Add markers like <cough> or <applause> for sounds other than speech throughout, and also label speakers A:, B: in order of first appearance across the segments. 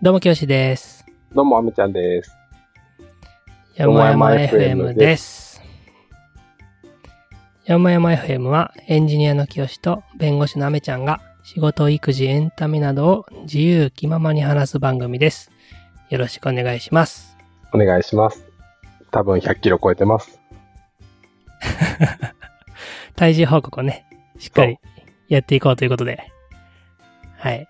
A: どうも、きよしです。
B: どうも、あみちゃんです。
A: やまやま
B: やまやま
A: FM です。やまやま FM は、エンジニアのきよしと弁護士のあめちゃんが、仕事、育児、エンタメなどを自由気ままに話す番組です。よろしくお願いします。
B: お願いします。多分100キロ超えてます。
A: 体重報告をね、しっかりやっていこうということで、はい。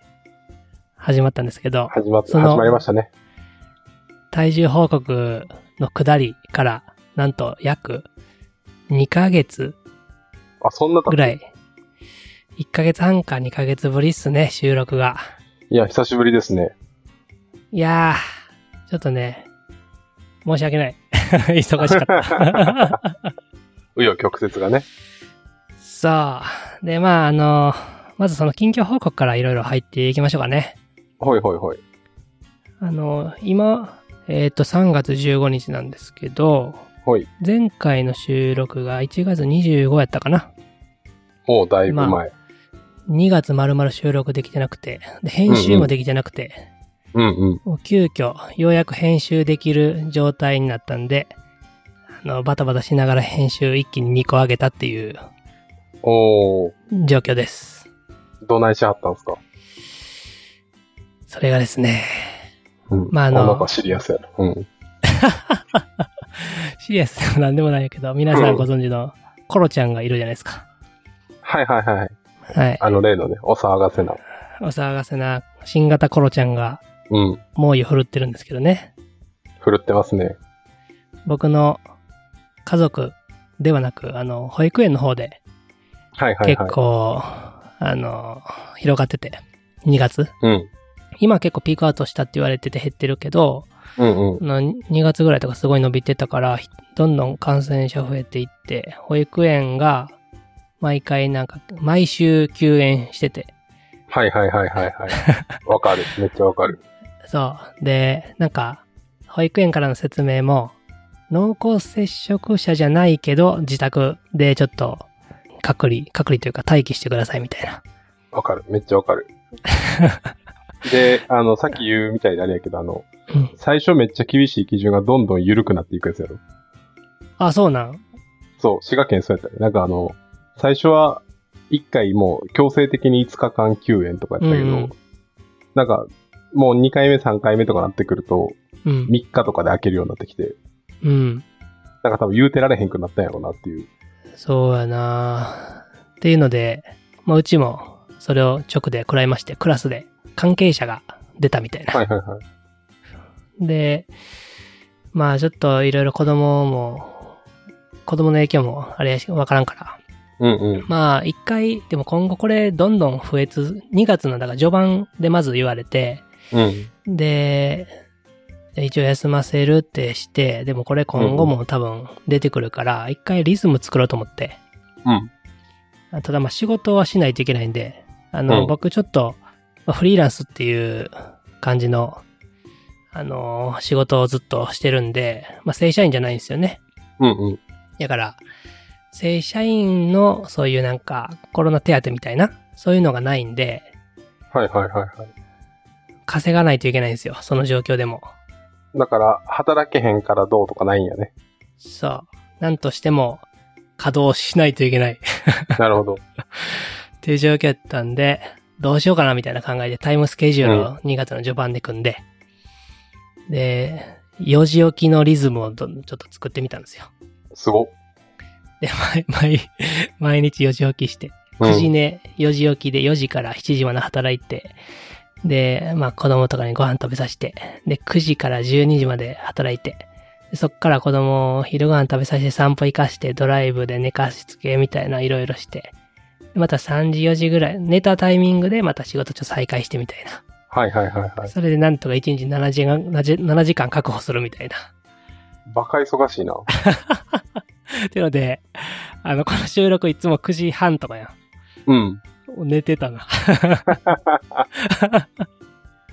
A: 始まったんですけど、
B: 始まっ
A: その
B: 始まりましたね。
A: 体重報告の下りから、なんと約2ヶ月
B: あ、そんなた
A: ぐらい。1ヶ月半か2ヶ月ぶりっすね、収録が。
B: いや、久しぶりですね。
A: いやー、ちょっとね、申し訳ない。 <laughs> 忙しかった。
B: 紆余曲折がね。
A: そう。で、まあ、あの、まずその近況報告からいろいろ入っていきましょうかね。
B: ほいほいほい。
A: あの、今、えっ、と、3月15日なんですけど、
B: ほい。
A: 前回の収録が1月25やったかな。
B: もうだいぶ前。
A: ま2月丸々収録できてなくて、で編集もできてなくて、
B: うんうん。
A: もう急遽、ようやく編集できる状態になったんで、あの、バタバタしながら編集一気に2個上げたっていう
B: おー、
A: 状況です。
B: どないしはったんすか
A: それがですね、 <laughs>
B: うん。
A: まああの
B: なんかシリアスやな。うん。
A: シリアスでも何でもないんやけど、皆さんご存知のコロちゃんがいるじゃないですか。
B: はいはいはいはい。
A: はい。
B: あの例のね、お騒がせな。
A: お騒がせな新型コロちゃんが
B: うん。
A: 猛威を振るってるんですけどね。
B: 振るってますね。
A: 僕の家族ではなく、あの、保育園の方で
B: はいはい
A: 結
B: はい。
A: 構、あの、広がってて、2月
B: うん。
A: 今結構ピークアウトしたって言われてて減ってるけど、
B: うんうん。
A: あの2月ぐらいとかすごい伸びてたから、ひどんどん感染者増えていって、保育園が毎回なんか、毎週休園してて、
B: はいはいはいはい
A: <laughs>
B: はい。わかる。めっちゃわかる。
A: そう。で、なんか、保育園からの説明も、濃厚接触者じゃないけど、自宅でちょっと隔離、隔離というか待機してくださいみたいな。
B: わかる。めっちゃわ
A: <laughs>
B: かる。で、あの、さっき言うみたいであれやけど、あの、
A: うん。
B: 最初めっちゃ厳しい基準がどんどん緩くなっていくやつやろ。
A: あ、そうなん
B: そう、滋賀県そうやったね。なんかあの、最初は1回もう強制的に5日間休園とかやったけど、
A: うんうん
B: なんかもう2回目3回目とかなってくると
A: うん。
B: 3日とかで開けるようになってきて、
A: うん。
B: なんか多分言うてられへんくなったんやろうなっ
A: <laughs>
B: ていう。
A: そうやなっていうので、まあ、うちもそれを直で食らいまして、クラスで関係者が出たみたいな。
B: はいはいはい。
A: で、まあちょっといろいろ子供も、子供の影響もあれやし、わからんから。
B: うんうん。
A: まあ一回、でも今後これどんどん増えつ、2月のだから序盤でまず言われて、
B: うん。
A: で、一応休ませるってして、でもこれ今後も多分出てくるから、一回リズム作ろうと思って。
B: うん。
A: ただまあ仕事はしないといけないんで、あの、
B: うん
A: 僕ちょっとまあフリーランスっていう感じの、あのー仕事をずっとしてるんで、まあ正社員じゃないんですよね。
B: うんうん。
A: だから、正社員のそういうなんかコロナ手当みたいな、そういうのがないんで、
B: はいはいはいはい。
A: 稼がないといけないんですよ、その状況でも。
B: だから、働けへんからどうとかないんやね。
A: そう。なんとしても稼働しないといけないっ
B: なるほど。
A: ていう状況だったんで、どうしようかなみたいな考えでタイムスケジュールを2月の序盤で組んで、で、4時起きのリズムをどんちょっと作ってみたんですよ。
B: すごっ。
A: で、毎、毎、毎日4時起きして、
B: う
A: 9時
B: ん。
A: 寝、4時起きで4時から7時まで働いて、で、まあ子供とかにご飯食べさせて、で、9時から12時まで働いて、でそっから子供を昼ご飯食べさせて散歩行かして、ドライブで寝かしつけみたいないろいろして、でまた3時4時ぐらい、寝たタイミングでまた仕事ちょっと再開してみたいな。
B: はいはいはいはい。
A: それでなんとか1日7時間、7時間確保するみたいな。 <laughs>
B: バカ忙しいな。
A: っていうので、あの、この収録いつも9時半とかやん。
B: うん。
A: 寝てた
B: <laughs>
A: な。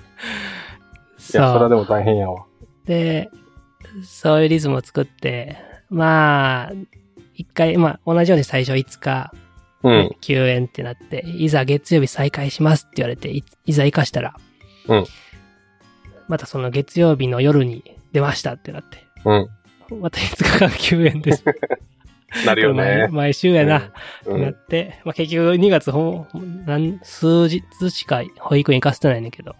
B: いや、それ
A: そ
B: は
A: う。
B: でも大変やわ。
A: で、そういうリズムを作って、まあ、一回、まあ、同じように最初5日、
B: うん。
A: 休園ってなって、いざ月曜日再開しますって言われて、いいざ生かしたら、
B: うん
A: またその月曜日の夜に出ましたってなって。
B: うん。
A: また5日間休園です。
B: なるよね
A: 毎。毎週やな、
B: う。
A: ってなんって、まあ、結局2月ほん、なん数日しか保育園行かせてないねんだけど、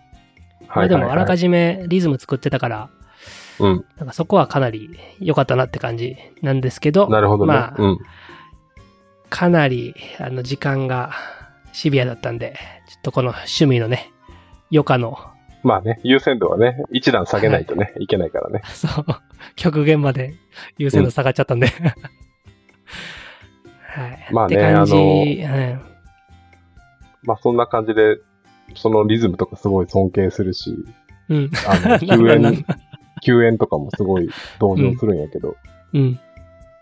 A: まあでもあらか
B: じ
A: じめリズム作ってたから、
B: うん。
A: なんかそこはかなり良かったなって感じなんですけど、
B: なるほどね。
A: まあ
B: うん。
A: かなり、あの、時間がシビアだったんで、ちょっとこの趣味のね、余暇の、 <laughs>
B: まあね、優先度はね、一段下げないとね、いけないからね。
A: そう、極限まで優先度下がっちゃったんで。 <laughs> はい。
B: まあね
A: って感じ
B: あの
A: うん
B: まあそんな感じで、そのリズムとかすごい尊敬するし、
A: うん。
B: あ
A: <laughs>
B: の、
A: なん
B: 救
A: だなん
B: 援、
A: だ
B: 救援とかもすごい同情するんやけど、
A: うん。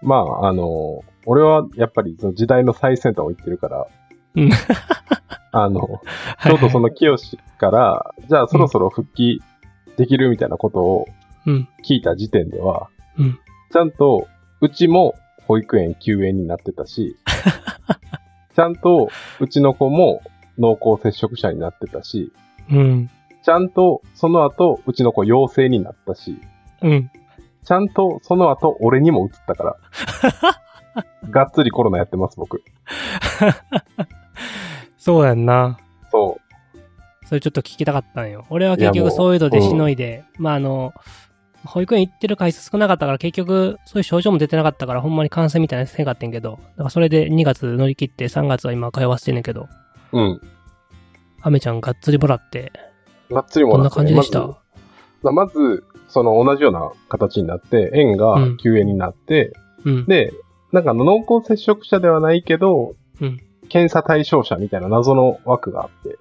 B: まああの、俺はやっぱりその時代の最先端を言ってるから
A: うん、
B: あの、
A: は
B: ち
A: いは
B: ょっとそ
A: い。
B: の清から、じゃあそろそろ復帰できるみたいなことを
A: うん。
B: 聞いた時点では、
A: うん
B: ちゃんと、うちも保育園休園になってたし、ちゃんと、うちの子も濃厚接触者になってたし、
A: うん。
B: ちゃんと、その後、うちの子陽性になったし、
A: うん。
B: ちゃんと、その後、俺にも移ったから。がっつりコロナやってます、僕。
A: そうやんな。
B: そ
A: それちょっと聞きたかったんよ。俺は結
B: いや
A: 局
B: もう
A: そういうのでしのいで、まああの、保育園行ってる回数少なかったから、結局そういう症状も出てなかったから、ほんまに感染みたいなやつせんかったんやけど、だからそれで2月乗り切って3月は今通わせてんねんけど、
B: う。うん。
A: アメちゃんがっつりもらって、
B: がっつりも
A: どん
B: ら
A: な
B: って
A: 感
B: ね
A: じでした、
B: まずまあまず、その同じような形になって、園が
A: うん
B: 休園になって、
A: うん。
B: で、なんかあの濃厚接触者ではないけど、
A: うん
B: 検査対象者みたいな謎の枠があって、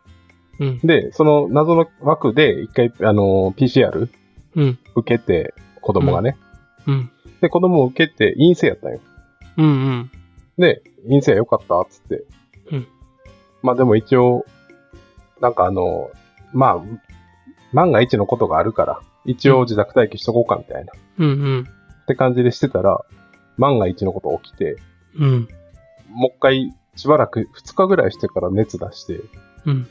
A: うん。
B: で、その謎の枠で一回、あの、PCR
A: うん。
B: 受けて、子供がね、
A: うん。
B: で、子供を受けて陰性やったんよ。
A: うん。うん。
B: で、陰性良かったっつって。
A: うん
B: まあでも一応、なんかあの、まあ、万が一のことがあるから、一応自宅待機しとこうかみたいな。
A: うん。うん。
B: って感じでしてたら、万が一のこと起きて、
A: うん。
B: もう一回、しばらく2日ぐらいしてから熱出して、
A: うん。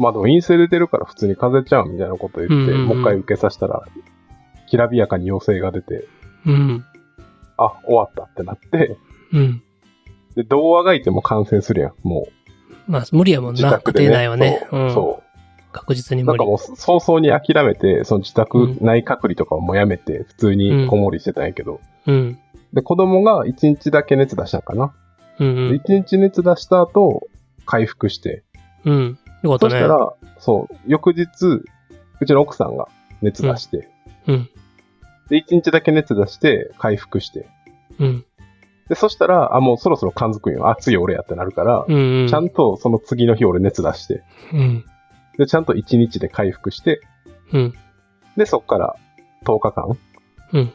B: まあでも陰性出てるから普通に風邪ちゃうみたいなこと言って、
A: うんうんうん
B: もう一回受けさせたら、きらびやかに陽性が出て、
A: うん。
B: あ、終わったってなって、
A: うん。
B: で、どうあがいても感染するやん、もう。
A: まあ、無理やもん
B: 自
A: な、
B: 宅
A: 家
B: で、ね。
A: 庭内はね。
B: そう。
A: うん。
B: そ
A: 確実に
B: うな
A: 無
B: んか
A: 理。
B: もう早々に諦めて、その自宅内隔離とかはもうやめて、普通にこもりしてたんやけど。
A: うん。
B: で、子供が1日だけ熱出したんかな。
A: うん。う
B: で
A: ん。
B: 一1日熱出した後、回復して。
A: うん。よかった
B: そ
A: ね。
B: したら、そう、翌日、うちの奥さんが熱出して、
A: うん。
B: で、1日だけ熱出して、回復して。
A: うん。
B: で、そしたら、あ、もうそろそろ感づくんよ。あ、次俺やってなるから、
A: うん。
B: ちゃんとその次の日俺熱出して、
A: うん。
B: で、ちゃんと1日で回復して、
A: うん。
B: で、そっから10日間、
A: うん。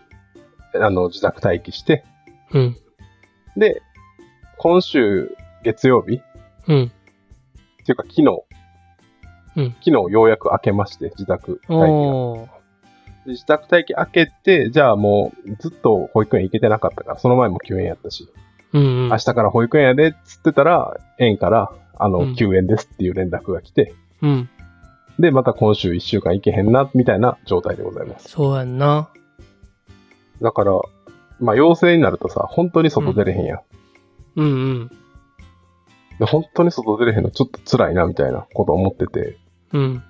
B: あの、自宅待機して、
A: うん。
B: で、今週月曜日、
A: うん。
B: っていうか昨日、
A: うん
B: 昨日ようやく明けまして、自宅待機が。
A: おー。
B: で自宅待機明けて、じゃあもうずっと保育園行けてなかったから、その前も休園やったし、
A: うん、う
B: 明
A: ん。
B: 日から保育園やでっつってたら、園から、あの、
A: うん
B: 休園ですっていう連絡が来て、
A: うん。
B: で、また今週1週間行けへんな、みたいな状態でございます。
A: そうやんな。
B: だから、まあ、陽性になるとさ、本当に外出れへんやん。
A: うんうん。
B: で本当に外出れへんのちょっと辛いな、みたいなこと思ってて。
A: うん。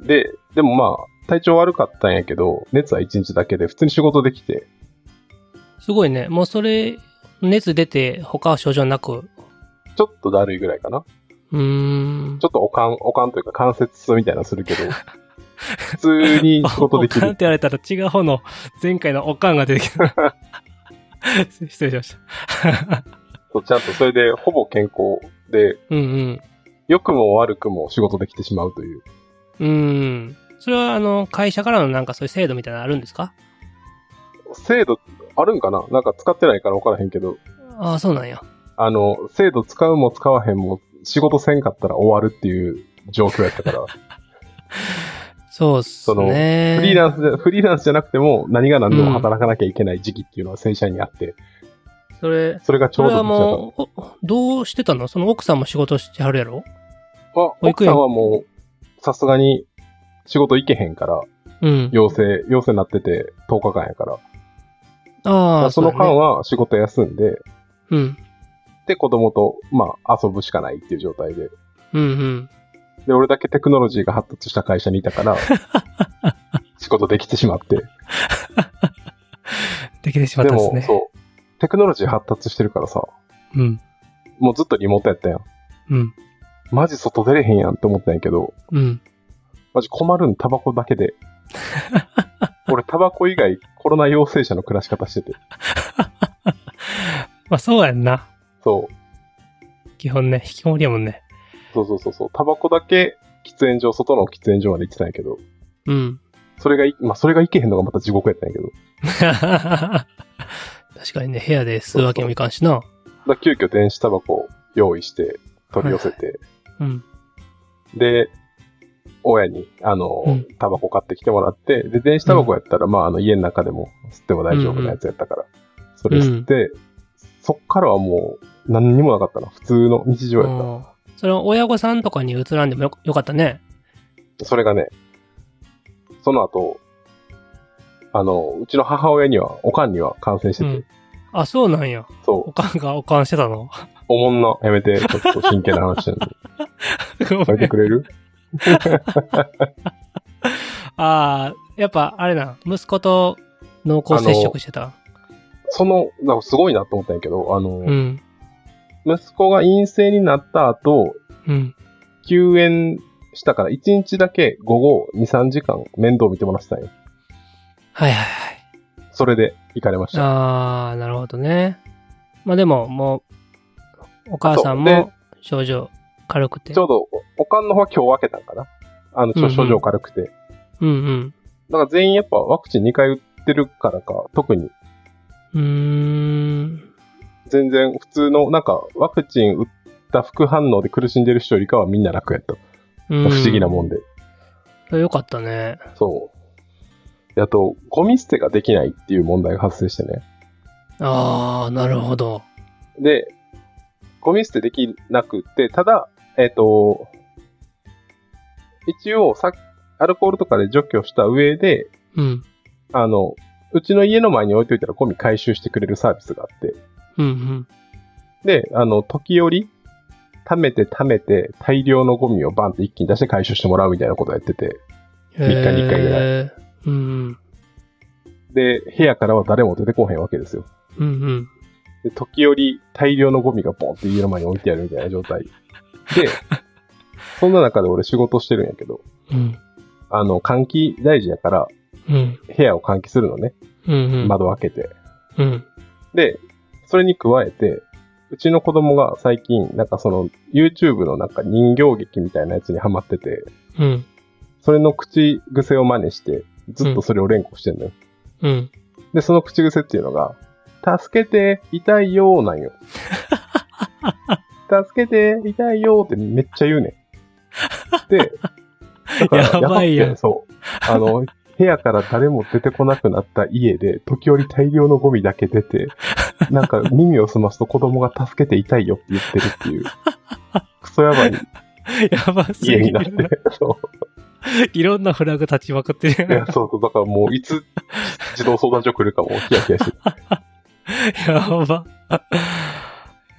B: で、でもまあ、体調悪かったんやけど、熱は1日だけで、普通に仕事できて、
A: すごいね。もうそれ、熱出て、他は症状なく。
B: ちょっとだるいぐらいかな。
A: うーん
B: ち。ょっとおかん、おかんというか関節痛みたいなのするけ <laughs> ど、普通に仕事でき
A: <laughs> おかんっ
B: る。
A: て言われたら違う方の前回のおかんが出てきた。 <laughs> 失礼しました。
B: そうちゃんとそれで、ほぼ健康で、
A: うんうん。
B: 良くも悪くも仕事できてしまうという。
A: うーん。それは、あの、会社からのなんかそういう制度みたいなのあるんですか
B: 制度あるんかななんか使ってないから分からへんけど、
A: ああ、そうなんや。
B: あの、制度使うも使わへんも仕事せんかったら終わるっていう状況やったから、
A: そうっす
B: その
A: ね。
B: フリーランスで、フリーランスじゃなくても何が何でも働かなきゃいけない時期っていうのは正社員にあって、
A: それ、
B: それがち
A: そ
B: ょう
A: れは
B: どどっちだっ
A: もう、おどうしてたのその奥さんも仕事してはるやろ
B: たのあ、
A: 保
B: 奥
A: 育
B: さ
A: 園
B: んはもう、さすがに仕事行けへんから、
A: うん。
B: 陽性、陽性になってて10日間やから。
A: ああ、
B: その
A: うだ
B: 間
A: ね
B: は仕事休んで、
A: うん。
B: で、子供と、まあ、遊ぶしかないっていう状態で。
A: うんうん。
B: で、俺だけテクノロジーが発達した会社にいた
A: <laughs>
B: から、仕事できてしまって。
A: できてしまったんです
B: も、
A: ね。
B: そう。テクノロジー発達してるからさ、
A: うん。
B: もうずっとリモートやったやん。
A: うん。
B: マジ外出れへんやんって思ったんやけど、
A: うん。
B: マジ困るんタバコだ
A: <laughs>
B: けで。俺タバコ以外コロナ陽性者の暮らし方してて。
A: まあそうやんな。
B: そう。
A: 基本ね、引きこもりやもんね。
B: そうそうそうそう。タバコだけ喫煙所、外の喫煙所まで行ってたんやけど、
A: うん。 <laughs>
B: それがい、まあ、それが行けへんのがまた地獄やったんやけど。
A: 確かにね、部屋で吸うわけにもいかんしな。
B: だから急遽電子タバコを用意して、取り寄せて、
A: うん。
B: で、親に、あの、
A: うん
B: タバコ買ってきてもらって、で、電子タバコやったら、まあ、あの、家の中でも吸っても大丈夫なやつやったから、それ吸って、そっからはもう、何にもなかったな。普通の日常やっ
A: うんそれは親御さんとかに移らんでもよよかったね。
B: た。それがね、その後、あの、うちの母親には、おかんには感染して
A: う
B: て、
A: ん。あ、そうなんや。
B: そ
A: お
B: う、
A: かんがおかんしてた
B: <laughs>
A: の。
B: おもんな、やめて、ちょっと真剣な話してるのに。
A: ごめ
B: やめて
A: ん。
B: く
A: <laughs>
B: れる
A: ああ、やっぱあれな、息子と濃厚接触してた。
B: その、なんかすごいなと思ったんやけど、あの、
A: うん。
B: 息子が陰性になった後、
A: うん。
B: 休園したから、1日だけ午後2、3時間面倒見てもらってたんよ。
A: はいはいはい。
B: それで行かれました。
A: ああ、なるほどね。まあでも、もう、お母さん
B: あそう
A: も症状軽くて。
B: ちょうど、おかんの方は今日分けたんかな。あの、ち
A: うんう
B: ょ
A: ん
B: 症状軽くて。
A: うんうん。
B: だから全員やっぱワクチン2回打ってるからか、特に
A: うーん。
B: 全然普通の、なんかワクチン打った副反応で苦しんでる人よりかはみんな楽やった。
A: 不
B: 不思議なもんで。
A: ん。よかったね。
B: そう。であと、ゴミ捨てができないっていう問題が発生してね。
A: ああ、なるほど。
B: で、ゴミ捨てできなくって、ただ、えっ、と、一応さ、アルコールとかで除去した上で、
A: うん。
B: あの、うちの家の前に置いといたらゴミ回収してくれるサービスがあって、
A: うんうん。
B: で、あの、時折、溜めて溜めて大量のゴミをバンって一気に出して回収してもらうみたいなことやってて、
A: 三
B: 日に一回ぐら
A: い。う
B: い
A: んうん。
B: で、部屋からは誰も出てこへんわけですよ。
A: うんうん。
B: で、時折大量のゴミがボンって家の前に置いてあるみたいな状態。
A: <laughs>
B: で、そんな中で俺仕事してるんやけど、
A: うん。
B: あの、換気大事やから、
A: うん。
B: 部屋を換気するのね。
A: うんうん。
B: 窓を開けて。
A: うん。
B: で、それに加えて、うちの子供が最近、なんかその、YouTube のなんか人形劇みたいなやつにハマってて、
A: うん。
B: それの口癖を真似して、ずっとそれを連呼してんのよ。
A: うん。
B: で、その口癖っていうのが、助けて、痛いよーなん
A: <laughs>
B: よ。助けて、痛いよーってめっちゃ言うね
A: <laughs>
B: ん。で、だから
A: やばいやん
B: ばくてそう。あの、部屋から誰も出てこなくなった家で、時折大量のゴミだけ出て、なんか耳を澄ますと子供が助けて痛いよって言ってるっていう、クソやばい
A: やばす
B: 家
A: ぎ
B: に
A: る
B: なって、そう。
A: <laughs> いろんなフラグ立ちまくって
B: いや
A: る。
B: そうそう、だからもういつ児童相談所来るかもヒヤヒヤして
A: やば。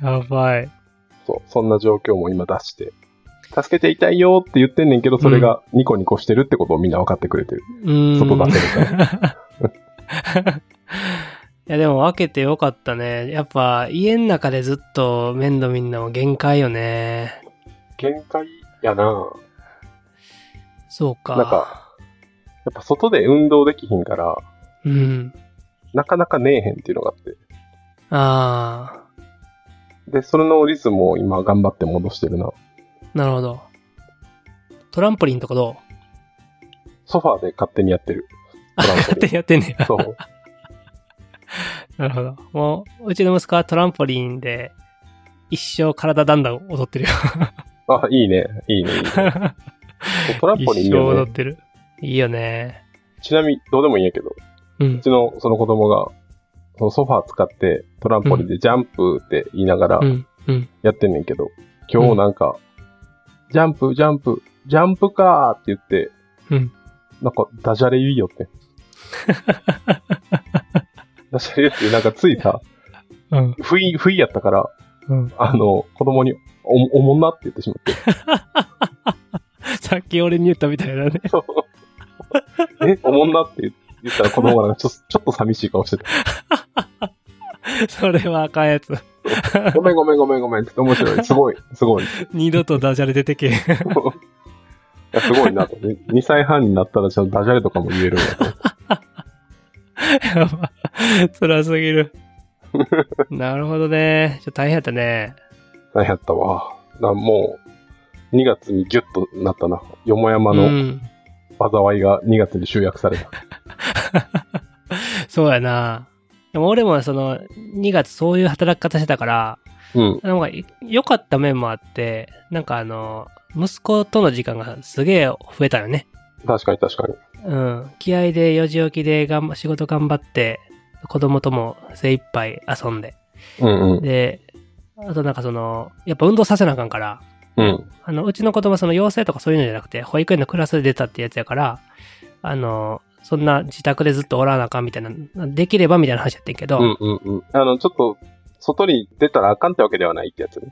A: やばい。
B: そう、そんな状況も今出して、助けていたいよって言ってんねんけど、それがニコニコしてるってことをみんな分かってくれてる。
A: うーん。
B: 外出せるから。
A: いやでも分けてよかったね。やっぱ家の中でずっと面倒みんなも限界よね。
B: 限界やなぁ
A: そうか。
B: なんかやっぱ外で運動できひんから、
A: うん。
B: なかなか寝えへんっていうのがあって。
A: あ
B: で、それのリズムを今頑張って戻してるな。
A: あ、なるほど。トランポリンとかど
B: <laughs>
A: う
B: ソファーで勝手にやってる。トランポ
A: 勝
B: リ
A: 手
B: ン
A: にやってんねや。
B: そう。
A: なるほど。もう、うちの息子はトランポリンで一生体だんだん踊ってるよ。
B: あ、いいね。いいね。いいね
A: <laughs>
B: トランポリンいい
A: 一生
B: よ
A: 踊っ
B: ね。
A: てる。いいよね。
B: ちなみに、どうでもいいんやけど、
A: う。
B: うんちのその子供が、そのソファー使ってトランポリンでジャンプって言いながら、
A: うん。うん。
B: やってんねんけど、今日なんか、ジャンプ、ジャンプ、ジャンプかーって言って、
A: うん。
B: なんか、ダジャレ言いよ
A: <laughs>
B: って。ダジャレって、なんかついさ、
A: うん。
B: 不意、不意やったから、 <laughs>
A: うん。
B: あの、子供に、お、おもんなって言ってしまって。
A: さっき俺に言ったみたいだね。
B: え、おもんなって言ったら子供がなんかちょちょっと寂しい顔してた。
A: それは赤いやつ。
B: ごめんごめんごめんごめんって言って面白い。すごい、すごい。い <laughs>
A: 二度とダジャレ出てけへん。
B: や、すごいなと。2歳半になったらちゃんとダジャレとかも言えるんやと。
A: やば。辛すぎる。なるほどね。ちょっと大変やったね。
B: 何やったわ。なもう、2月にギュッとなったな。よもやま
A: う
B: の
A: ん。
B: 災いが2月に集約された。
A: そうやな。でも俺もその、2月そういう働き方してたから、
B: うん。
A: なんかい良かった面もあって、なんかあの、息子との時間がすげえ増えたよね。
B: 確かに確かに。
A: うん。気合で4時起きでがんば仕事頑張って、子供とも精一杯遊んで。
B: うんうん。
A: で、あとなんかその、やっぱ運動させなあかんから、
B: うん。
A: あの、うちの子供はその養成とかそういうのじゃなくて、保育園のクラスで出たってやつやから、あの、そんな自宅でずっとおらなあかんみたいな、できればみたいな話やってんけど、
B: うんうんうん。あの、ちょっと、外に出たらあかんってわけではないってやつね。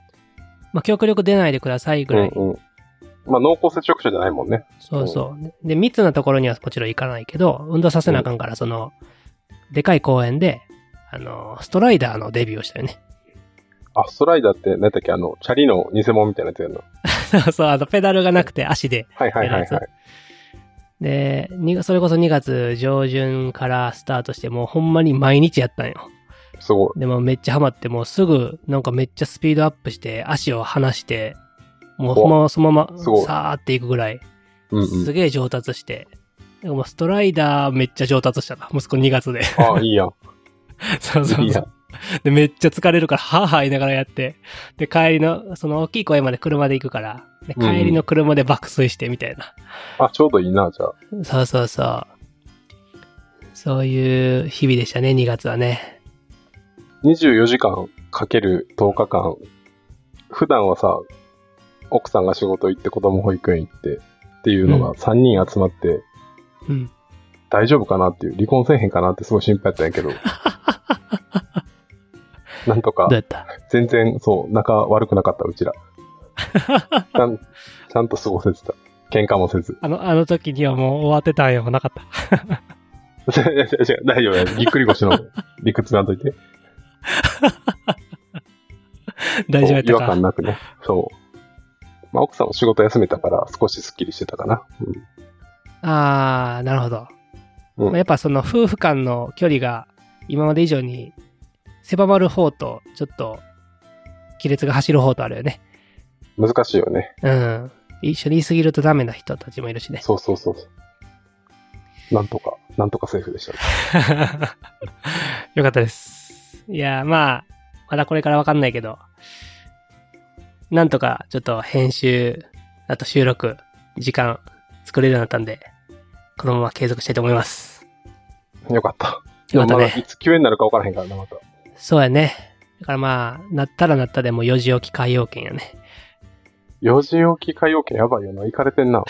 A: まあ、極力出ないでくださいぐらい。
B: うんうん。まあ、濃厚接触者じゃないもんね。
A: そうそう。で、密なところにはもちろん行かないけど、運動させなあかんから、その、でかい公園で、あの、ストライダーのデビューをしたよね。 <laughs>
B: あ、ストライダーって、何だったっけ、あの、チャリの偽物みたいなやつやんの。
A: そうそう、あの、ペダルがなくて足で。
B: はいはいはいはい。
A: で、にそれこそ2月上旬からスタートして、もうほんまに毎日やったんよ。
B: すごい。
A: でもめっちゃハマって、もうすぐ、なんかめっちゃスピードアップして、足を離して、もうそのまま、そのまます
B: ごい
A: さーっていくぐらい、
B: うんう
A: す
B: ん。
A: げえ上達して、でももうストライダーめっちゃ上達したな。息子2月で。 <laughs>
B: あ、いいやん。
A: そうそ
B: いうい
A: そ
B: や。。
A: うんで、めっちゃ疲れるから、はぁはぁ言いながらやって、で、帰りの、その大きい公園まで車で行くから、で
B: うんうん
A: 帰りの車で爆睡してみたいな。
B: あ、ちょうどいいな、じゃあ。
A: そうそうそう。そういう日々でしたね、2月はね。
B: 24時間かける10日間。普段はさ、奥さんが仕事行って子供保育園行ってっていうの
A: う
B: が3人集まって
A: うん。
B: 大丈夫かなっていう、離婚せえへんかなってすごい心配やったんやけど。なんとか
A: どうやった
B: 全然、そう、仲悪くなかった、うちら。ちゃんちゃんと過ごせてた。喧嘩もせず。 <laughs>
A: あの、あの時にはもう終わってたんやもなかった。
B: 違う違う違う大丈夫大丈夫。ぎっくり腰の理屈なんといて。
A: 大丈夫やっ
B: そう違
A: た
B: 和
A: か
B: 感。なくね。そう。まあ、奥さんも仕事休めたから少しスッキリしてたかな。うん
A: あー、なるほど。
B: うん
A: まあやっぱその夫婦間の距離が今まで以上に狭まる方と、ちょっと、亀裂が走る方とあるよね。
B: 難しいよね。
A: うん。一緒にいすぎるとダメな人たちもいるしね。
B: そうそうそうそう。なんとか、なんとかセーフでし
A: <laughs>
B: た。
A: よかったです。いやー、まあ、まだこれからわかんないけど、なんとかちょっと編集、あと収録、時間作れるようになったんで、このまま継続したいと思います。
B: よかった。
A: よかった
B: でもまだい
A: ね。
B: つ休園になるか分からへんからな、また。
A: そうやね。だからまあ、なったらなったでもう4時起き海洋圏やね。
B: 4時起き海洋券やばいよな。行かれてんな。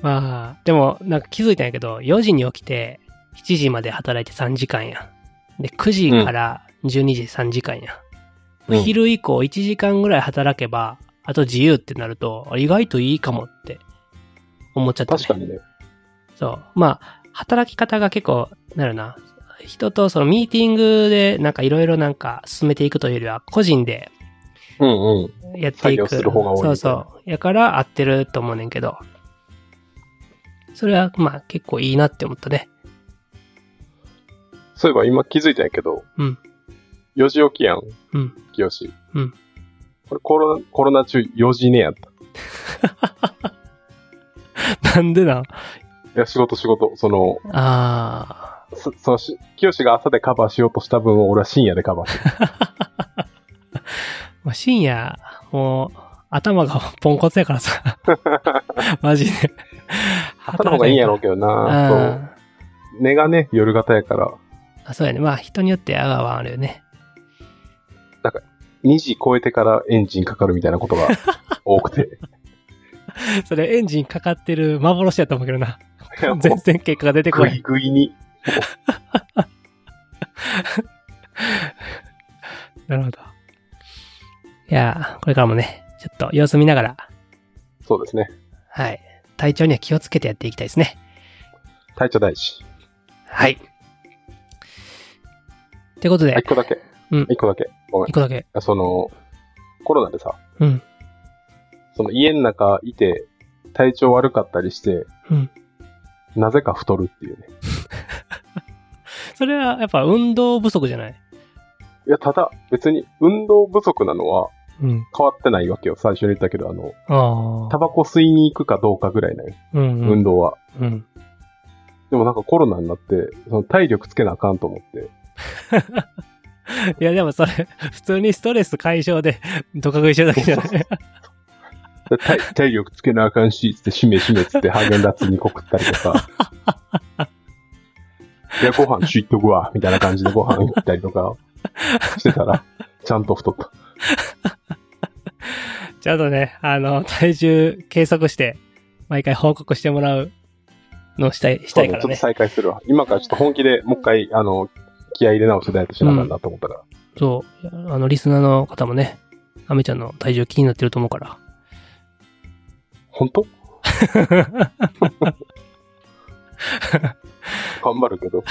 A: まあ、でもなんか気づいたんやけど、4時に起きて、7時まで働いて3時間や。で、9時から12時3時間や。
B: うん
A: 昼以降1時間ぐらい働けば、あと自由ってなると、あ意外といいかもって思っちゃった、ね。
B: 確かにね。
A: そう。まあ、働き方が結構、なるな。人とそのミーティングでなんかいろいろなんか進めていくというよりは、個人で
B: うんうん。
A: やっていく。
B: 作業する方が多いみたい
A: そう
B: な
A: そう。やから合ってると思うねんけど。それはまあ結構いいなって思ったね。
B: そういえば今気づいたんやけど、 <laughs>
A: うん
B: 4時起きやん、
A: うん。
B: 清志。
A: うん
B: これコロナ、コロナ中4時ねやった。
A: なんでなん
B: いや、仕事仕事。その、
A: あ
B: そそのし、清志が朝でカバーしようとした分を俺は深夜でカバーしてる。
A: ー。まあ、深夜、もう頭がポンコツやから
B: <laughs>
A: さ。マジで。
B: 朝の方がいいんやろうけど
A: う
B: な。
A: ん。
B: そう。寝がね、夜型やから、
A: あそうやね。まあ人によってあわはあるよね。 <laughs>
B: 2時超えてからエンジンかかるみたいなことが多くて。
A: それエンジンかかってる幻やと思うけど
B: <laughs>
A: な。全然結果が出てこ
B: グ
A: な
B: イ
A: い。
B: グイに。
A: なるほど。いやー、これからもね、ちょっと様子見ながら、
B: そうですね。
A: はい。体調には気をつけてやっていきたいですね。
B: 体調大事。
A: はい。ってことで、
B: あ一個だけ。
A: うん
B: 一個だけ。ごめん
A: 一。個だけ。
B: その、コロナでさ、
A: うん。
B: その家の中いて、体調悪かったりして、
A: うん
B: なぜか太るっていうね。
A: それはやっぱ運動不足じゃない
B: いや、ただ、別に運動不足なのは
A: うん。
B: 変わってないわけよ。最初に言ったけど、あの、
A: あ
B: タ
A: あ。
B: バコ吸いに行くかどうかぐらいなんよ。
A: うんう
B: 運
A: ん。
B: 動は。
A: うん。
B: でもなんかコロナになって、その体力つけなあかんと思って。
A: いや、でもそれ、普通にストレス解消で、どか食いしてるだけじゃ
B: <laughs>
A: ない
B: で体
A: <laughs>
B: 体力つけなあかんし、つって、しめしめつって、ハーゲンダッツ2個食ったりと
A: <laughs>
B: か。いや、ご飯しっとくわ、みたいな感じでご飯行ったりとかしてたら、ちゃんと太った。
A: ちゃんとね、あの、体重計測して、毎回報告してもらうのをしたい、したいから
B: そうね
A: ね
B: ちょっと。再開するわ。今からちょっと本気でもう一回、あの、気合い入れ直してダイエットしなあかんなと思ったから。
A: そう。あの、リスナーの方もね、アメちゃんの体重気になってると思うから。
B: 本
A: <laughs>
B: 当頑張るけど。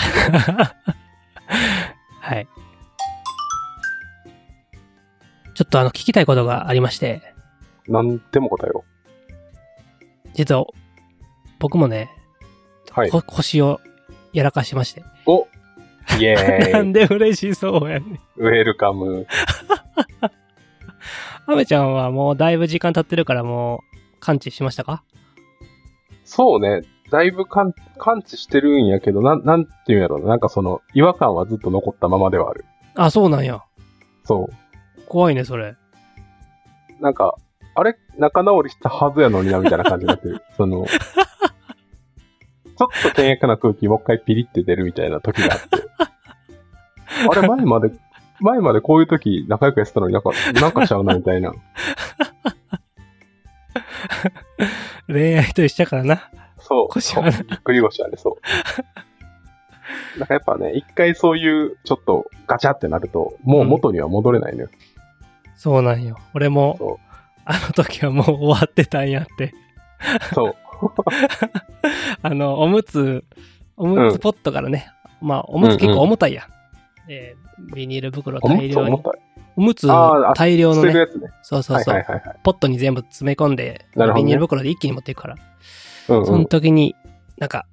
A: はい。ちょっとあの、聞きたいことがありまして、
B: なんでも答えよ
A: 実は、僕もね、
B: う。はい。
A: こ腰をやらかしまして。
B: おイエ
A: <laughs> な
B: ーイ
A: んで嬉しそうやねん。
B: ウェルカム。
A: アメちゃんはもうだいぶ時間経ってるからもう、完治しましたか
B: そうね。だいぶ感感知してるんやけど、なん、なんていうんやろうな。なんかその、違和感はずっと残ったままではある。
A: あ、そうなんや。
B: そ
A: 怖いね、それ。
B: う。なんか、あれ仲直りしたはずやのにな、みたいな感じになってる。その、ちょっと険悪な空気、もう一回ピリって出るみたいな時があって。あれ、前まで、前までこういう時仲良くやってたのになんか、なんかちゃうな、みたいな。
A: 恋愛と一緒やからな。
B: そう。
A: 腰はな
B: そうぎっくり腰はね、そう。なんかやっぱね、一回そういう、ちょっとガチャってなると、もう元には戻れないのよ。
A: そうなんよ。俺も、
B: そ
A: あの時はもう終わってたんやって。<laughs>
B: う。そう。
A: あの、おむつ、おむつポットからね。まあ、おむつ結構重たいや。えービニール袋
B: お
A: 大
B: むつ
A: 量
B: 重
A: に。
B: たい。
A: おむつ
B: あー
A: 大量
B: 捨
A: の
B: てる
A: ね。
B: やつね。
A: そうそう
B: はい
A: そう。
B: はいはいはい。
A: ポットに全部詰め込んで、
B: なるほど
A: ビ
B: ね
A: ニール袋で一気に持っていくから。
B: うん
A: そ
B: うん
A: の。時に、なんか、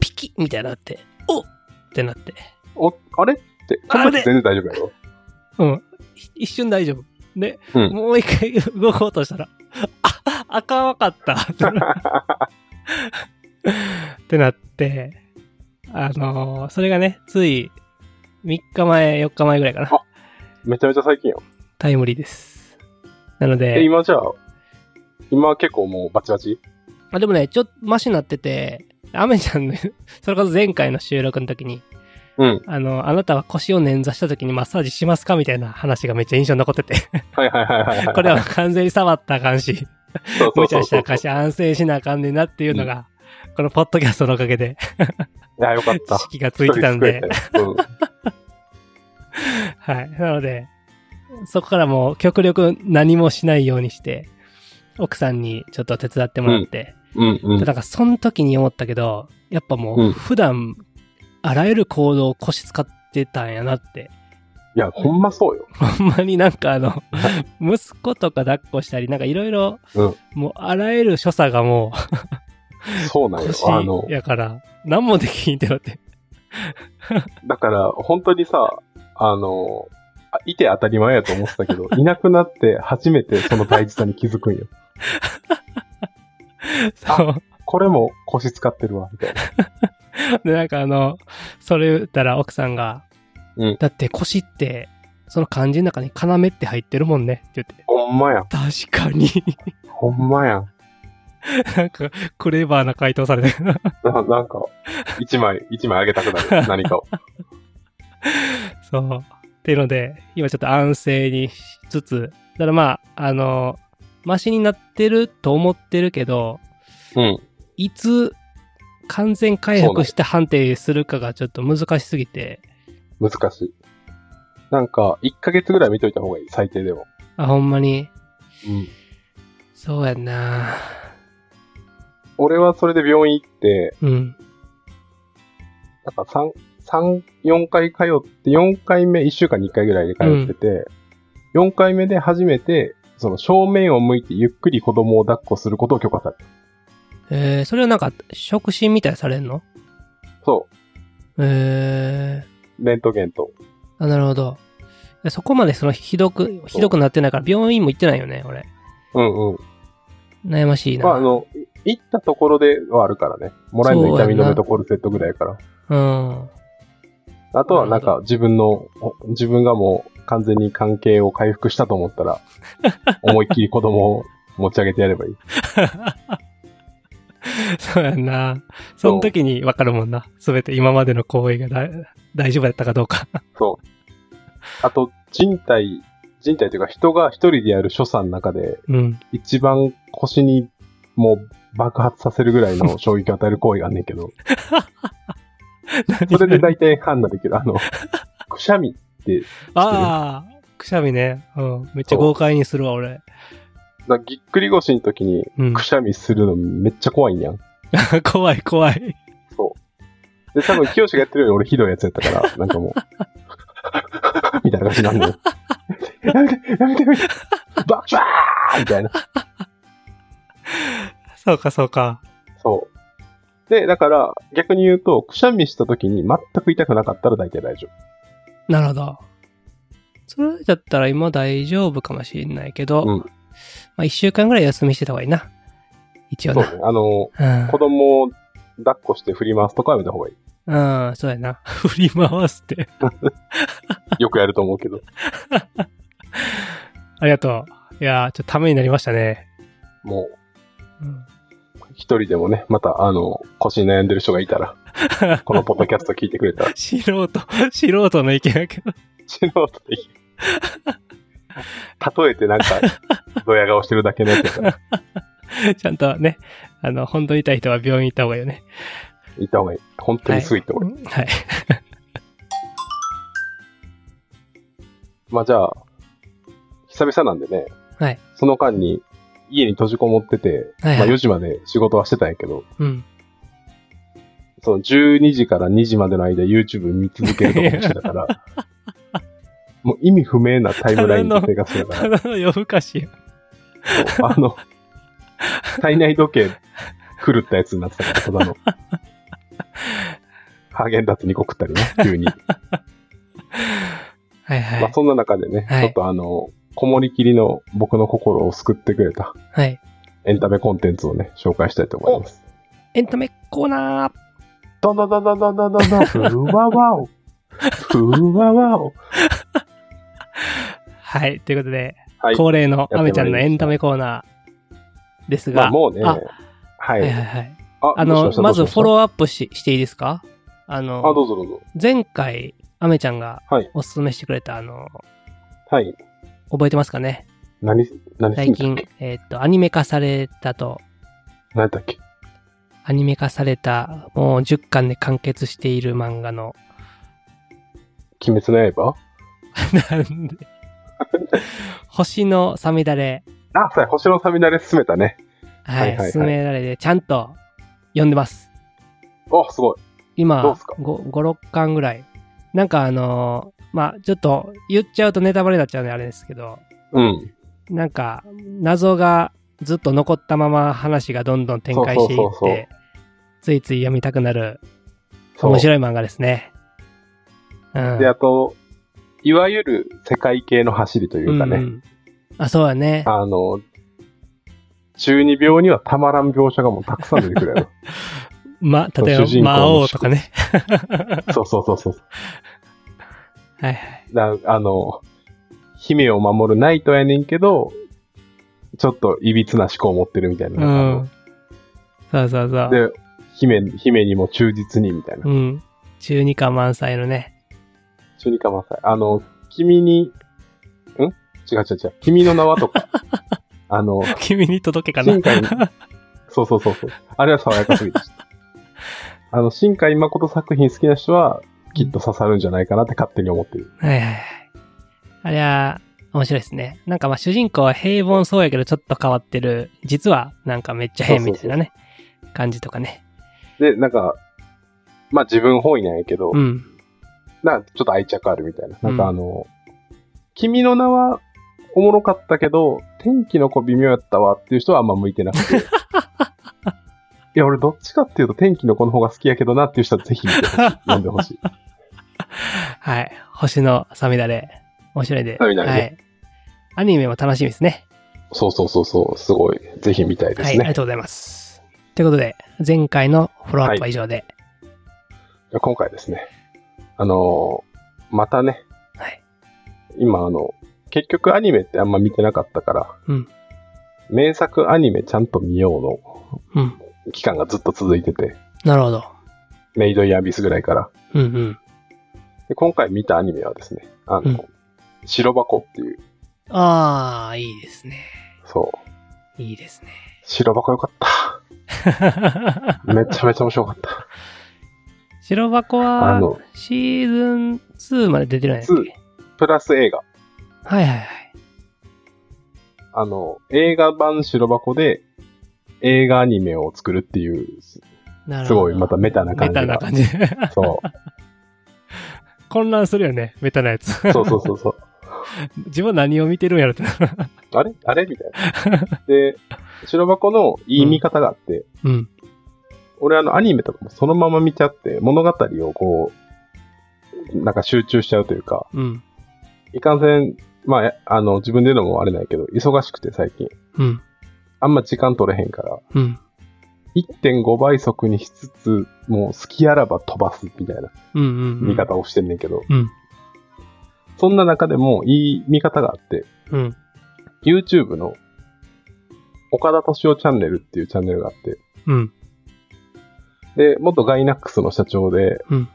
A: ピキッみたいなのあって、おっってなって。
B: お、あれって、
A: あれ
B: 形全然大丈夫やろ。
A: うん。ひ一瞬大丈夫。で、
B: うん
A: もう一回 <laughs> 動こうとしたら、あ、あかんわかった。 <laughs> ってなって、あのーそれがね、つい3日前、4日前ぐらいかな
B: あ。めちゃめちゃ最近やん。
A: タイムリーです。なの
B: え、
A: で、
B: 今じゃあ、今結構もうバチバチ
A: あでもね、ちょっとマシになってて、アメちゃんの、 <laughs> それこそ前回の収録の時に、
B: うん。
A: あの、あなたは腰を捻挫した時にマッサージしますかみたいな話がめっちゃ印象に残ってて、 <laughs>
B: はいはいはいはいはい。
A: これは完全に触ったらあかんし。
B: そうそう
A: 無
B: そ
A: 茶
B: う
A: した
B: そう。
A: ら <laughs> 貸し安静しなあかんねんなっていうのが、このポッドキャストのおかげで、
B: いや、よかった
A: 知。識がついてたんで、
B: 一人作れてうん。
A: はい。なので、そこからもう極力何もしないようにして、奥さんにちょっと手伝ってもらって、
B: うん
A: <laughs>
B: うん
A: で。なんかその時に思ったけど、やっぱも
B: う
A: うん普段、あらゆる行動を腰使ってたんやなって、
B: いや、ほんまそうよ。
A: ほんまになんかあの、息子とか抱っこしたり、なんかいろいろ
B: うん、
A: もうあらゆる所作がもう、
B: そうなんよ。あの
A: 腰、やから、何もできんってなって。
B: <laughs> だから、本当にさ、あの、あいて当たり前やと思ってたけど、いなくなって初めてその大事さに気づくんよ。
A: そう。
B: これも腰使ってるわ、みたいな。
A: で、なんかあの、それ言ったら奥さんが、
B: うん
A: だって腰って、その漢字の中に要って入ってるもんねって言って、
B: ほんまやん。
A: 確かに、 <laughs>
B: ほんまやん。
A: なんか、クレバーな回答されてる。
B: ななんか、一枚、一枚あげたくなる。何かを。
A: そう。っていうので、今ちょっと安静にしつつ、ただまあ、あの、マシになってると思ってるけど、
B: うん。
A: いつ完全回復して判定するかがちょっと難しすぎて、
B: 難しい。なんか、1ヶ月ぐらい見といた方がいい、最低でも。
A: あ、ほんまに、
B: うん。
A: そうやんな
B: 俺はそれで病院行って、
A: うん。
B: なんか3、三4回通って、4回目、1週間に1回ぐらいで通ってて、4回目で初めて、その正面を向いてゆっくり子供を抱っこすることを許可された。
A: えー、それはなんか、触診みたいにされんの
B: そ
A: えー、
B: う。レントゲンと。
A: あ、なるほど。いやそこまでそのひどく、ひどくなってないから、病院も行ってないよね、俺。
B: うんうん。
A: 悩ましいな。
B: まあ、あの、い行ったところではあるからね。もらえるの痛み止めとコルセットぐらいやか
A: う
B: ら。
A: ん。
B: あとはなんか自分の、お自分がもう完全に関係を回復したと思ったら、思いっきり子供を持ち上げてやればいい。
A: そうやんな。その時にわかるもんな。すべて今までの行為がだ大丈夫だったかどうか。 <laughs>
B: そう。あと、人体、人体というか人が一人でやる所作の中で、
A: うん。
B: 一番腰にもう爆発させるぐらいの衝撃を与える行為があんねん
A: <laughs>
B: けど、それで大体判断できる。あの、くしゃみって、
A: ああ、くしゃみね。うん。めっちゃ豪快にするわ、俺。
B: だぎっくり腰の時に
A: うん
B: く。しゃみするのめっちゃ怖いんやん。
A: <laughs> 怖い、怖い。
B: そう。で、多分、清志がやってるより俺ひどいやつやった
A: <laughs>
B: から、なんかもう、 <laughs> みたいな感じなんだよ。やめて、やめて、やめて、バッバーみたいな。
A: そうか、そうか。
B: そう。で、だから、逆に言うと、くしゃみした時に全く痛くなかったら大体大丈
A: なるほど。それだったら今大丈夫かもしれないけど、
B: うん
A: まあ一週間ぐらい休みしてた方がいいな。一応
B: 夫。そ
A: な。
B: うね。あ
A: <laughs>
B: の、子
A: う
B: 供を抱っこして振り回すとかはやめた方がいい。
A: ん。うん、そうやな。 <laughs> 振り回すって。
B: よくやると思うけど。
A: ありがとう。いやー、ちょっとためになりましたね。
B: も
A: う
B: う、
A: ん、
B: 一人でもね、また、あの、腰に悩んでる人がいたら、
A: <laughs>
B: このポッドキャスト聞いてくれたら、
A: 素人、 <laughs> 素人の意見やけど。
B: 素人でいい。例えてなんか、ドヤ顔してるだけのやつやか
A: <laughs>
B: ら
A: ちゃんとね、あの、本当に痛い人は病院行った方がいいよね。
B: 行った方がいい。本当にすぐ行った方がいい。
A: はい。
B: まあじゃあ、久々なんでね、
A: はい
B: その間に家に閉じこもってて、
A: はいは
B: まあ
A: い
B: 4時まで仕事はしてたんやけど、
A: うん。 <laughs>
B: その12時から2時までの間 YouTube 見続けるとかもしてた
A: <laughs>
B: から、もう意味不明なタイムラインの生活だか
A: ただの夜更かしや。
B: ら、そうあの、体内時計狂ったやつになってたから、ただの。ハーゲンダッツ2個食ったりね、
A: <laughs>
B: 急に。
A: はいは
B: まあ
A: い。
B: そんな中でね、
A: はい
B: ちょっとあの、こもりきりの僕の心を救ってくれた
A: はい。
B: エンタメコンテンツをね、紹介したいと思います。
A: エンタメコーナー
B: どんどんどんどんどんどんどんどん、ふわわお。ふわわお。
A: はい。ということで、
B: はい。
A: 恒例の
B: やってまいりました
A: アメちゃんのエンタメコーナーです
B: まあ
A: が、
B: もうね、
A: あ
B: は
A: はい
B: い。
A: はいはい。
B: あ
A: あの、まずフォ
B: ー。
A: ローアップししていいですかあの、
B: あ、どうぞどうぞ。
A: 前回、アメちゃんが
B: はい
A: おすすめしてくれた、あの、
B: はい。
A: 覚えてますかね
B: 何、何
A: 最近、えーっと、アニメ化されたと
B: 何だっけ
A: アニメ化された、もう10巻で完結している漫画の、
B: 鬼滅の刃
A: なんで、星のさみだれ、
B: あ、そうや、星のサミナレ進めたね。
A: は、
B: はいはいはいい
A: 進められて、ちゃんと読んでます。
B: お、すごい。どう
A: 今
B: っすか、
A: 5、6巻ぐらい。なんかあのーまあ、ちょっと言っちゃうとネタバレになっちゃうんであれですけど、
B: うん。
A: なんか、謎がずっと残ったまま話がどんどん展開してい
B: そうそうそうそ
A: って
B: う、
A: ついつい読みたくなる
B: そう
A: 面白い漫画ですね。うん。
B: で、あと、いわゆる世界系の走りというかね、
A: んんあ、そうだね。
B: あの、中二病にはたまらん描写がもうたくさん出てくるや
A: ま、例え
B: 主人公
A: ば、
B: の
A: 魔王とかね。 <laughs>
B: ろ。そうそうそうそう。
A: はいはい。
B: なあの、姫を守るナイトやねんけど、ちょっといびつな思考を持ってるみたいな
A: う。ん。そうそうそう。
B: で、姫、姫にも忠実にみたいな。
A: うん。中二感満載のね。 <laughs>
B: 中二か
A: <laughs>
B: まさい。あの、君に、ん違う違う違う。君の名はとか。あの、
A: 君に届けかな
B: 新。海、そうそうそうそう。あれは爽やかすぎ
A: <laughs>
B: でした。あの、新海誠作品好きな人は、きっと刺さるんじゃないかなって勝手に思ってる。
A: はいはいはい。あれは、面白いですね。なんかまあ主人公は平凡そうやけどちょっと変わってる。実はなんかめっちゃ変みたいなね。感じとかね。
B: で、なんか、まあ自分本位なんやけど、
A: うん。
B: なんかちょっと愛着あるみたいな。なん
A: うん
B: かあの、君の名はおもろかったけど、天気の子微妙やったわっていう人はあんま向いてなく
A: <laughs>
B: て。いや、俺どっちかっていうと天気の子の方が好きやけどなっていう人はぜひ見てほしい。読んでほし
A: <laughs>
B: い。
A: はい。星のさみだれ。面白いで。
B: さみだれ
A: は
B: ね
A: い。アニメも楽しみですね。
B: そうそうそうそう、すごい。ぜひ見たい
A: はい。
B: で
A: あ
B: す
A: り
B: ね。
A: がとうございます。ということで、前回のフォローアップは以上で。
B: じゃあ今回ですね、あのーまたね、
A: はい
B: 今あの、結局アニメってあんま見てなかったから、
A: うん
B: 名作アニメちゃんと見ようの
A: うん。
B: 期間がずっと続いてて、
A: なるほど。
B: メイドインアビスぐらいから。
A: うんうん。
B: で今回見たアニメはですね、あの、
A: うん
B: 白箱っていう、
A: ああ、いいですね。
B: そう、
A: いいですね。
B: 白箱よか
A: <laughs>
B: った。めちゃめちゃ面白かった。
A: <laughs> 白箱
B: あ
A: は
B: の、
A: シーズン2まで出てるんですっけ
B: プラス映画。
A: はいはいはい。
B: あの、映画版白箱で映画アニメを作るっていう、す
A: なる
B: す
A: ほど。
B: ごいまたメタな感
A: メ
B: じが。
A: タな感じ。 <laughs>
B: そう。
A: 混乱するよね、メタなやつ。 <laughs>
B: そうそうそうそう。
A: 自分何を見てるんやろって。
B: あれあれみたいな。で、白箱のいい見方があって、
A: うん。
B: 俺あのアニメとかもそのまま見ちゃって、物語をこう、なんか集中しちゃうというか、
A: うん。
B: いかんせん、まあ、あの、自分で言うのもあれないけど、忙しくて最近、
A: うん。
B: あんま時間取れへんから、
A: うん。
B: 1.5倍速にしつつ、もう好きあらば飛ばすみたいな
A: うんうん。
B: 見。方をしてんねんけど、
A: うん。
B: そんな中でもいい見方があって、
A: うん。
B: YouTube の岡田敏夫チャンネルっていうチャンネルがあって、
A: うん。
B: で、元ガイナックスの社長で、
A: うん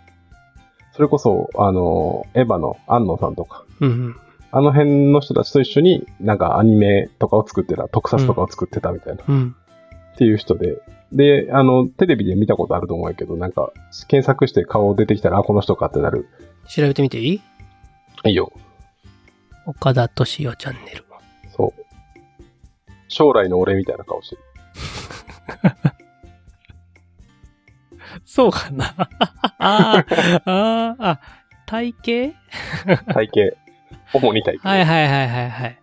B: それこそ、あの、エヴァの安野さんとか、
A: うん。
B: あの辺の人たちと一緒に、なんかアニメとかを作ってた、特撮とかを作ってたみたいな、
A: うん。
B: っていう人で、で、あの、テレビで見たことあると思うんやけど、なんか、検索して顔出てきたら、あ、この人かってなる。
A: 調べてみていい
B: いいよ。
A: 岡田敏夫チャンネル。
B: そう。将来の俺みたいな顔してる。
A: そうかな <laughs> あーあー、あ、体型
B: 体型。
A: <laughs>
B: 主に体型。
A: はいはいはいはいはい。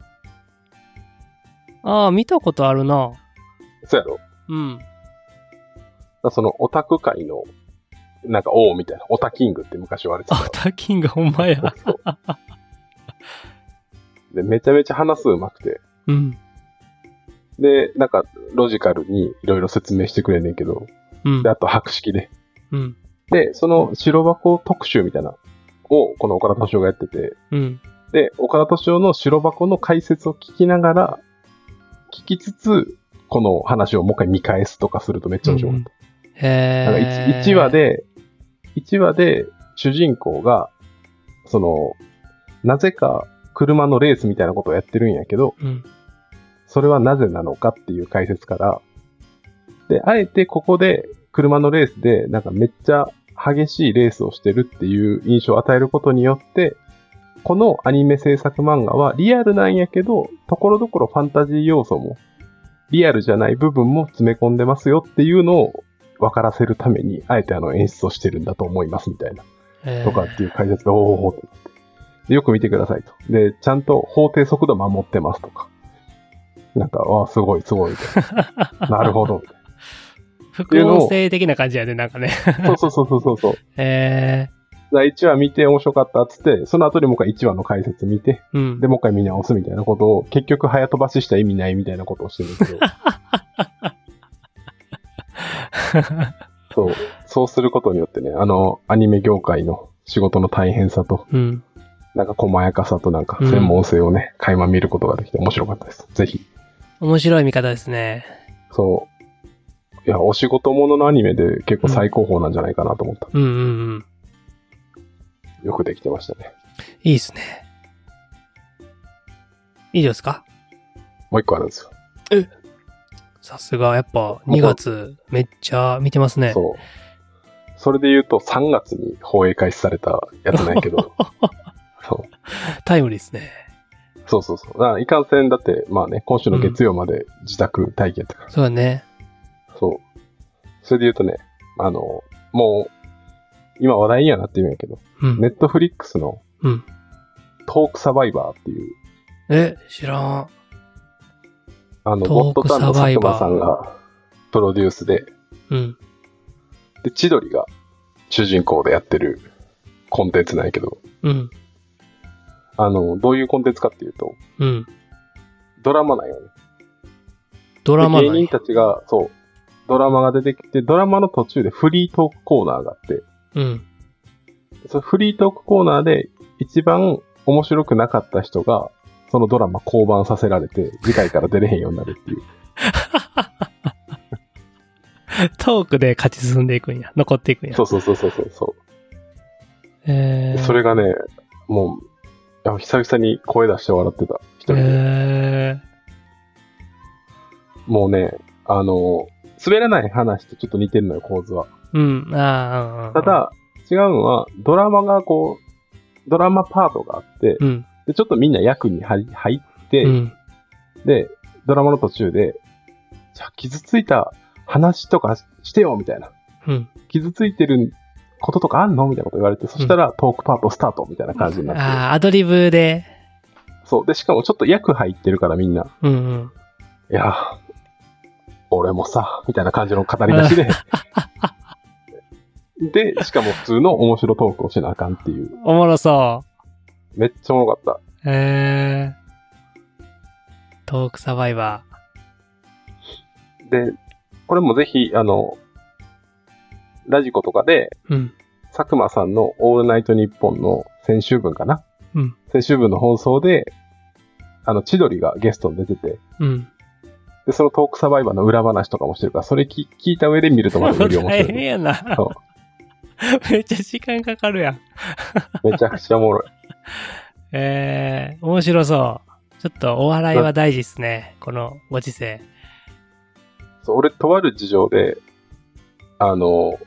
A: ああ、見たことあるな。
B: そうやろ。だか
A: うん。
B: らその、オタク界の、なんか王みたいな、オタキングって昔言われてた
A: あ、。タキンがほんまや。
B: そうで、めちゃめちゃ話す上手くて。
A: うん。
B: で、なんか、ロジカルにいろいろ説明してくれんねんけど。
A: うん
B: で、。あと、白式で。
A: うん。
B: で、その、白箱特集みたいな、を、この岡田敏夫がやってて。
A: うん。
B: で、岡田敏夫の白箱の解説を聞きながら、聞きつつ、この話をもう一回見返すとかするとめっちゃ面白かった。
A: へ
B: なんか
A: え。
B: 1話。で、1話で主人公が、その、なぜか車のレースみたいなことをやってるんやけど、
A: うん。
B: それはなぜなのかっていう解説から、で、あえてここで車のレースで、なんかめっちゃ激しいレースをしてるっていう印象を与えることによって、このアニメ制作漫画はリアルなんやけど、ところどころファンタジー要素も、リアルじゃない部分も詰め込んでますよっていうのを分からせるために、あえてあの演出をしてるんだと思いますみたいな、
A: へー <laughs>
B: とかっていう解説で、おおおーってなってでよく見てくださいと。で、ちゃんと法定速度守ってますとか。なんか、わあ、すごい、すごい。みたいななるほど。みたい
A: 副音声的な感じやね、なんかね。
B: なそうそうそうそうそうそう。
A: へえ。
B: 1話見て面白かったっつって、その後にもう一回1話の解説見て、
A: うん。
B: で、もう一回見直すみたいなことを、結局早飛ばしした意味ないみたいなことをしてるんですけど、そう、そうすることによってね、あの、アニメ業界の仕事の大変さと、
A: うん。
B: なんか細やかさとなんか専門性をね、垣間見ることができて面白かったです。ぜひ。
A: 面白い見方ですね。
B: そう。いや、お仕事もののアニメで結構最高峰なんじゃないかなと思った。
A: うんうんうん。
B: よくできてましたね。
A: いいですね。以上ですか
B: もう一個あるんですよ。
A: さすが、やっぱ2月めっちゃ見てますね。
B: そう。それで言うと3月に放映開始されたやつなんや
A: <laughs>
B: けど。そう
A: タイムリーですね。
B: そうそうそう。だからいかんせんだって、まあね、今週の月曜まで自宅待機やったから。
A: そうだね。
B: そう。それで言うとね、あの、もう、今話題にはなってるんやけど、
A: うん。
B: ネットフリックスの
A: うん。
B: トークサバイバーっていう、
A: え、知らん。
B: あの、
A: トーク
B: ボットタンの
A: サバイ
B: 佐
A: バ
B: 久
A: ー
B: 間さんがプロデュースで、
A: うん。
B: で、千鳥が主人公でやってるコンテンツなんやけど、
A: うん。
B: あの、どういうコンテンツかっていうと、
A: うん。
B: ドラマなんよね。
A: ドラマ
B: で芸
A: なん
B: 人
A: や
B: たちが、そう、ドラマが出てきて、ドラマの途中でフリートークコーナーがあって、
A: うん。
B: そのフリートークコーナーで一番面白くなかった人が、そのドラマ降板させられて、次回から出れへんようになるっていう。
A: トークで勝ち進んでいくんや。残っていくんや。
B: そうそうそうそうそうそ
A: え
B: う。
A: ー、
B: それがね、もう、あ久々に声出して笑ってた。一人で。
A: え
B: もうね、あの、滑らない話とちょっと似てるのよ、構図は。
A: ー、うん。ああ。
B: ただ、違うのは、ドラマがこう、ドラマパートがあって、
A: うん、
B: で、ちょっとみんな役に入入って、
A: うん。
B: で、ドラマの途中で、じゃあ傷ついた話とかしてよ、みたいな。
A: うん。
B: 傷ついてることとかあんのみたいなこと言われて、そしたらトークパートスタートみたいな感じになってる、
A: ああ、アドリブで。
B: そう。で、しかもちょっと役入ってるからみんな、
A: うん、うん。
B: いやー、俺もさ、みたいな感じの語り出
A: <laughs>
B: しで。で、しかも普通の面白トークをしなあかんっていう。
A: おもろそ
B: めっちゃおもろかっ
A: う。えー、トークサバイバ
B: た。で、これもぜひ、あの、ラジコとかで、
A: ー。うん。
B: 佐久間さんのオールナイトニッポンの先週分かな、
A: うん
B: 先週分の放送で、あの、千鳥がゲストに出てて、
A: うん。
B: で、そのトークサバイバーの裏話とかもしてるから、それき聞いた上で見るとまだより面
A: <laughs> 大
B: 白
A: 変
B: い。
A: やな
B: そ。
A: <laughs> めっちゃ時間かかるやん。
B: めちゃくちゃおもろい。
A: えー、面白そう。ちょっとお笑いは大事ですね。このご時世。
B: そう俺、とある事情で、あの、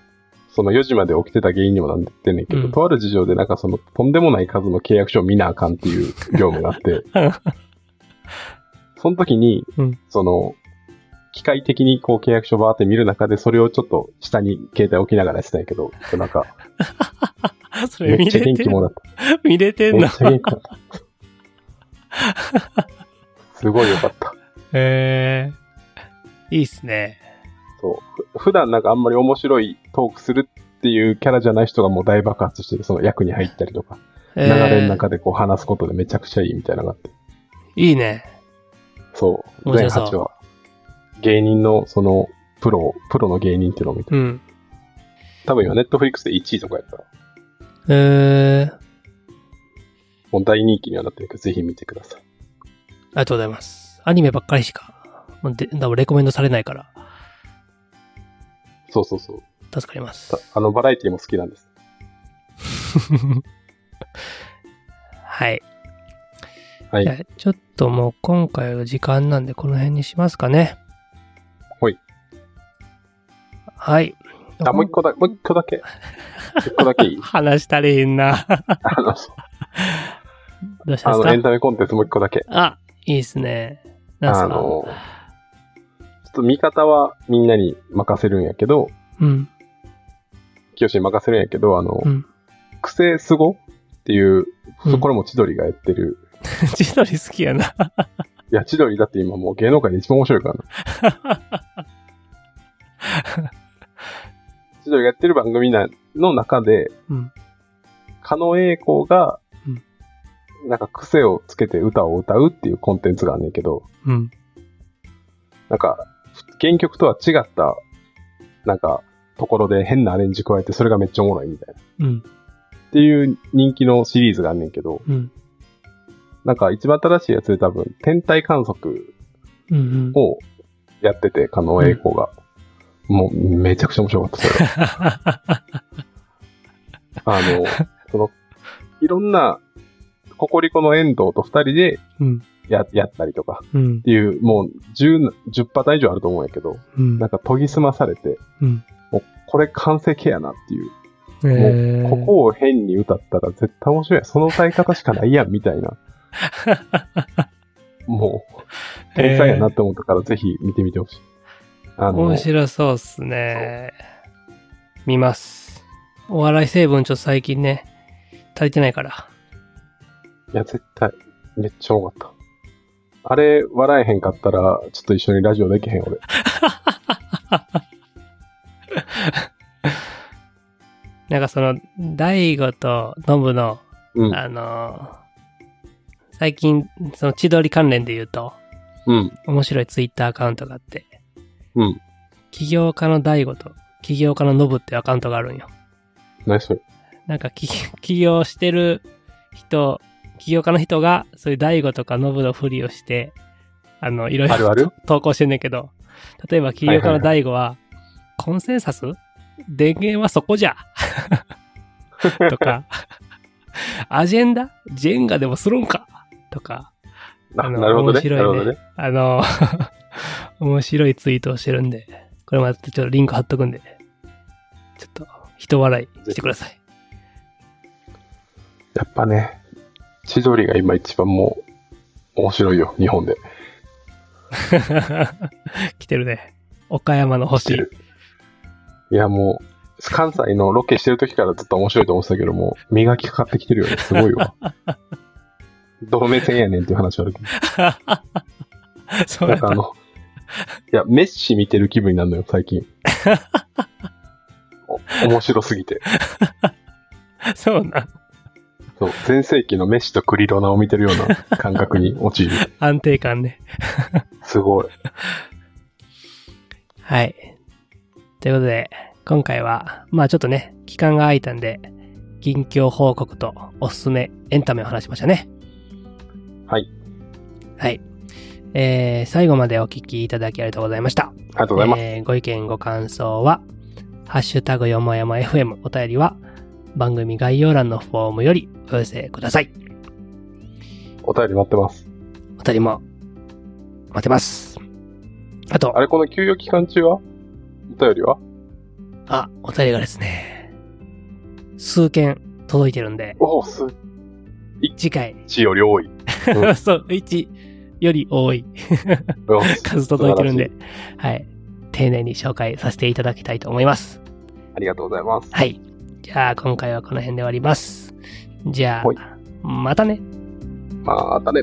B: その4時まで起きてた原因にもなってんねんけど、
A: うん
B: とある事情でなんかその、とんでもない数の契約書を見なあかんっ
A: <laughs>
B: ていう業務があって、その時に、
A: うん
B: その、機械的にこう契約書バーって見る中で、それをちょっと下に携帯置きながらやってたんやけど、なんか、
A: <laughs> そ
B: め
A: れ
B: っ
A: 見
B: ちゃ
A: れて
B: 元気
A: ん
B: もらった。
A: 見れてん
B: め
A: の
B: っ。ちゃ元気も
A: <laughs>
B: らった。すごいよかった。
A: えー、いいっすね。
B: そう。普段なんかあんまり面白いトークするっていうキャラじゃない人がもう大爆発してる、その役に入ったりとか、
A: え
B: 流れ
A: ー、
B: の中でこう話すことでめちゃくちゃいいみたいなのがあって。
A: いいね。
B: そう。
A: 面
B: 全
A: 白そう
B: 8話。芸人のその、プロ、プロの芸人っていうのを見て。
A: うん。
B: 多分今、ネットフリックスで1位とかやったら、
A: えー、あ
B: もう大人気にはなってるけど、ぜひ見てください。
A: りがとうございます。アニメばっかりしか、もうで多分レコメンドされないから、
B: そうそうそう。
A: 助かります
B: た。あの、バラエティも好きなんです。
A: <laughs> はい。
B: はい
A: じゃあちょっともう今回は時間なんでこの辺にしますかね。
B: ほい。
A: はい。
B: あ、もう一個だ、もう一個だ
A: <laughs>
B: け。一個だけいい
A: 話したりひん
B: <laughs>
A: な。
B: あの、そう
A: どうしたん
B: あ
A: です
B: の、エン
A: か
B: タメコンテンツもう一個だけ。
A: あいいですね。なんす
B: あ
A: か
B: の、ちょっと見方はみんなに任せるんやけど、
A: うん。
B: 清志に任せるんやけど、あの
A: う、ん。
B: クセスゴっていう、
A: うん <laughs>
B: これも千鳥がやってる。
A: 千鳥好きやな。
B: いや、千鳥だって今もう芸能界で一番面白いからな。
A: <laughs>
B: 千鳥がやってる番組なの中で、
A: うん
B: 狩野英孝が
A: うん、
B: なんか癖をつけて歌を歌うっていうコンテンツがあんねんけど、
A: うん。
B: なんか、原曲とは違った、なんか、ところで変なアレンジ加えてそれがめっちゃおもろいみたいな。
A: うん。
B: っていう人気のシリーズがあんねんけど、
A: うん。
B: なんか一番新しいやつで多分、天体観測
A: うんうん。
B: をやってて、狩野英孝が。もう、めちゃくちゃ面白かった、それ。あの、その、いろんな、ココリコの遠藤と二人で、
A: <laughs> うん。
B: や、やったりとか
A: うん
B: っ。ていう、もう10、10パターン以上あると思うんやけど、
A: うん
B: なん。か研ぎ澄まされて、
A: うん
B: もうこれ完成形やなっていう、
A: えー
B: ここを変に歌ったら絶対面白いやん。その歌い方しかないやん、みた
A: <laughs>
B: いな。もう、天才やなって思ったから、ぜひ見てみてほしい。あの
A: 面、白そうっすね。見ます。お笑い成分ちょっと最近ね、足りてないから。
B: いや、絶対、めっちゃ多かった。あれ、笑えへんかったら、ちょっと一緒にラジオできへん、俺。
A: なんかその、大悟とノブの、
B: うん。
A: あのー最近、その千鳥関連で言うと、
B: うん。
A: 面白いツイッターアカウントがあって、
B: うん。
A: 起業家の大悟と、起業家のノブっていうアカウントがあるんよ。
B: 何それ。
A: なんか起、起業してる人、起業家の人が、そういう大悟とかノブのふりをして、あの、いろいろ
B: あ
A: <laughs>
B: るある
A: 投稿してんねんけど、例えば起業家の大悟は、コンセンサス電源はそこ
B: <laughs>
A: じゃとか、アジェンダジェンガでもするんかとか、
B: あ
A: あの
B: なるほど
A: 面
B: ね。なる
A: 白
B: ほ
A: い
B: ど
A: ね
B: ね。。
A: あの、 <laughs> 面白いツイートをしてるんで、これまたちょっとリンク貼っとくんで、ちょっと、人笑いしてください。
B: やっぱね、千鳥が今一番もう、面白いよ、日本で。
A: <laughs> 来てるね。岡山の
B: 来て
A: 星。
B: るいや、もう、関西のロケしてる時からずっと面白いと思ってたけど、もう、磨きかかってきてるよね。すごいわ。どの目線やねんっていう話はあるけ
A: <laughs>
B: ど。
A: そうや
B: なん
A: っ
B: か
A: た
B: あの、いや、メッシ見てる気分になるのよ、最近。お面白すぎて。
A: そうなん。
B: そう、前世紀のメッシとクリロナを見てるような感覚に陥る。
A: 安定感ね。
B: すごい。
A: はい。ということで、今回は、まあちょっとね、期間が空いたんで、近況報告とおすすめエンタメを話しましたね。
B: はい。
A: はい。えー、最後までお聞きいただきありがとうございました。
B: ありがとうございます。
A: えーご意見、ご感想は、ハッシュタグよもやま FM お便りは、番組概要欄のフォームよりお寄せください。
B: お便り待ってます。
A: お便りも、待ってます。あと
B: あ、れ、この休養期間中はお便りは
A: あ、お便りがですね、数件届いてるんで、
B: おお、す、
A: 次回、
B: ちより多い。う
A: <laughs>
B: ん
A: そう、1より多い
B: よし
A: <laughs> 数届いてるんで、はい、丁寧に紹介させていただきたいと思います。
B: ありがとうございます。
A: はい。じゃあ、今回はこの辺で終わります。じゃあ
B: はい、
A: またね。
B: またね。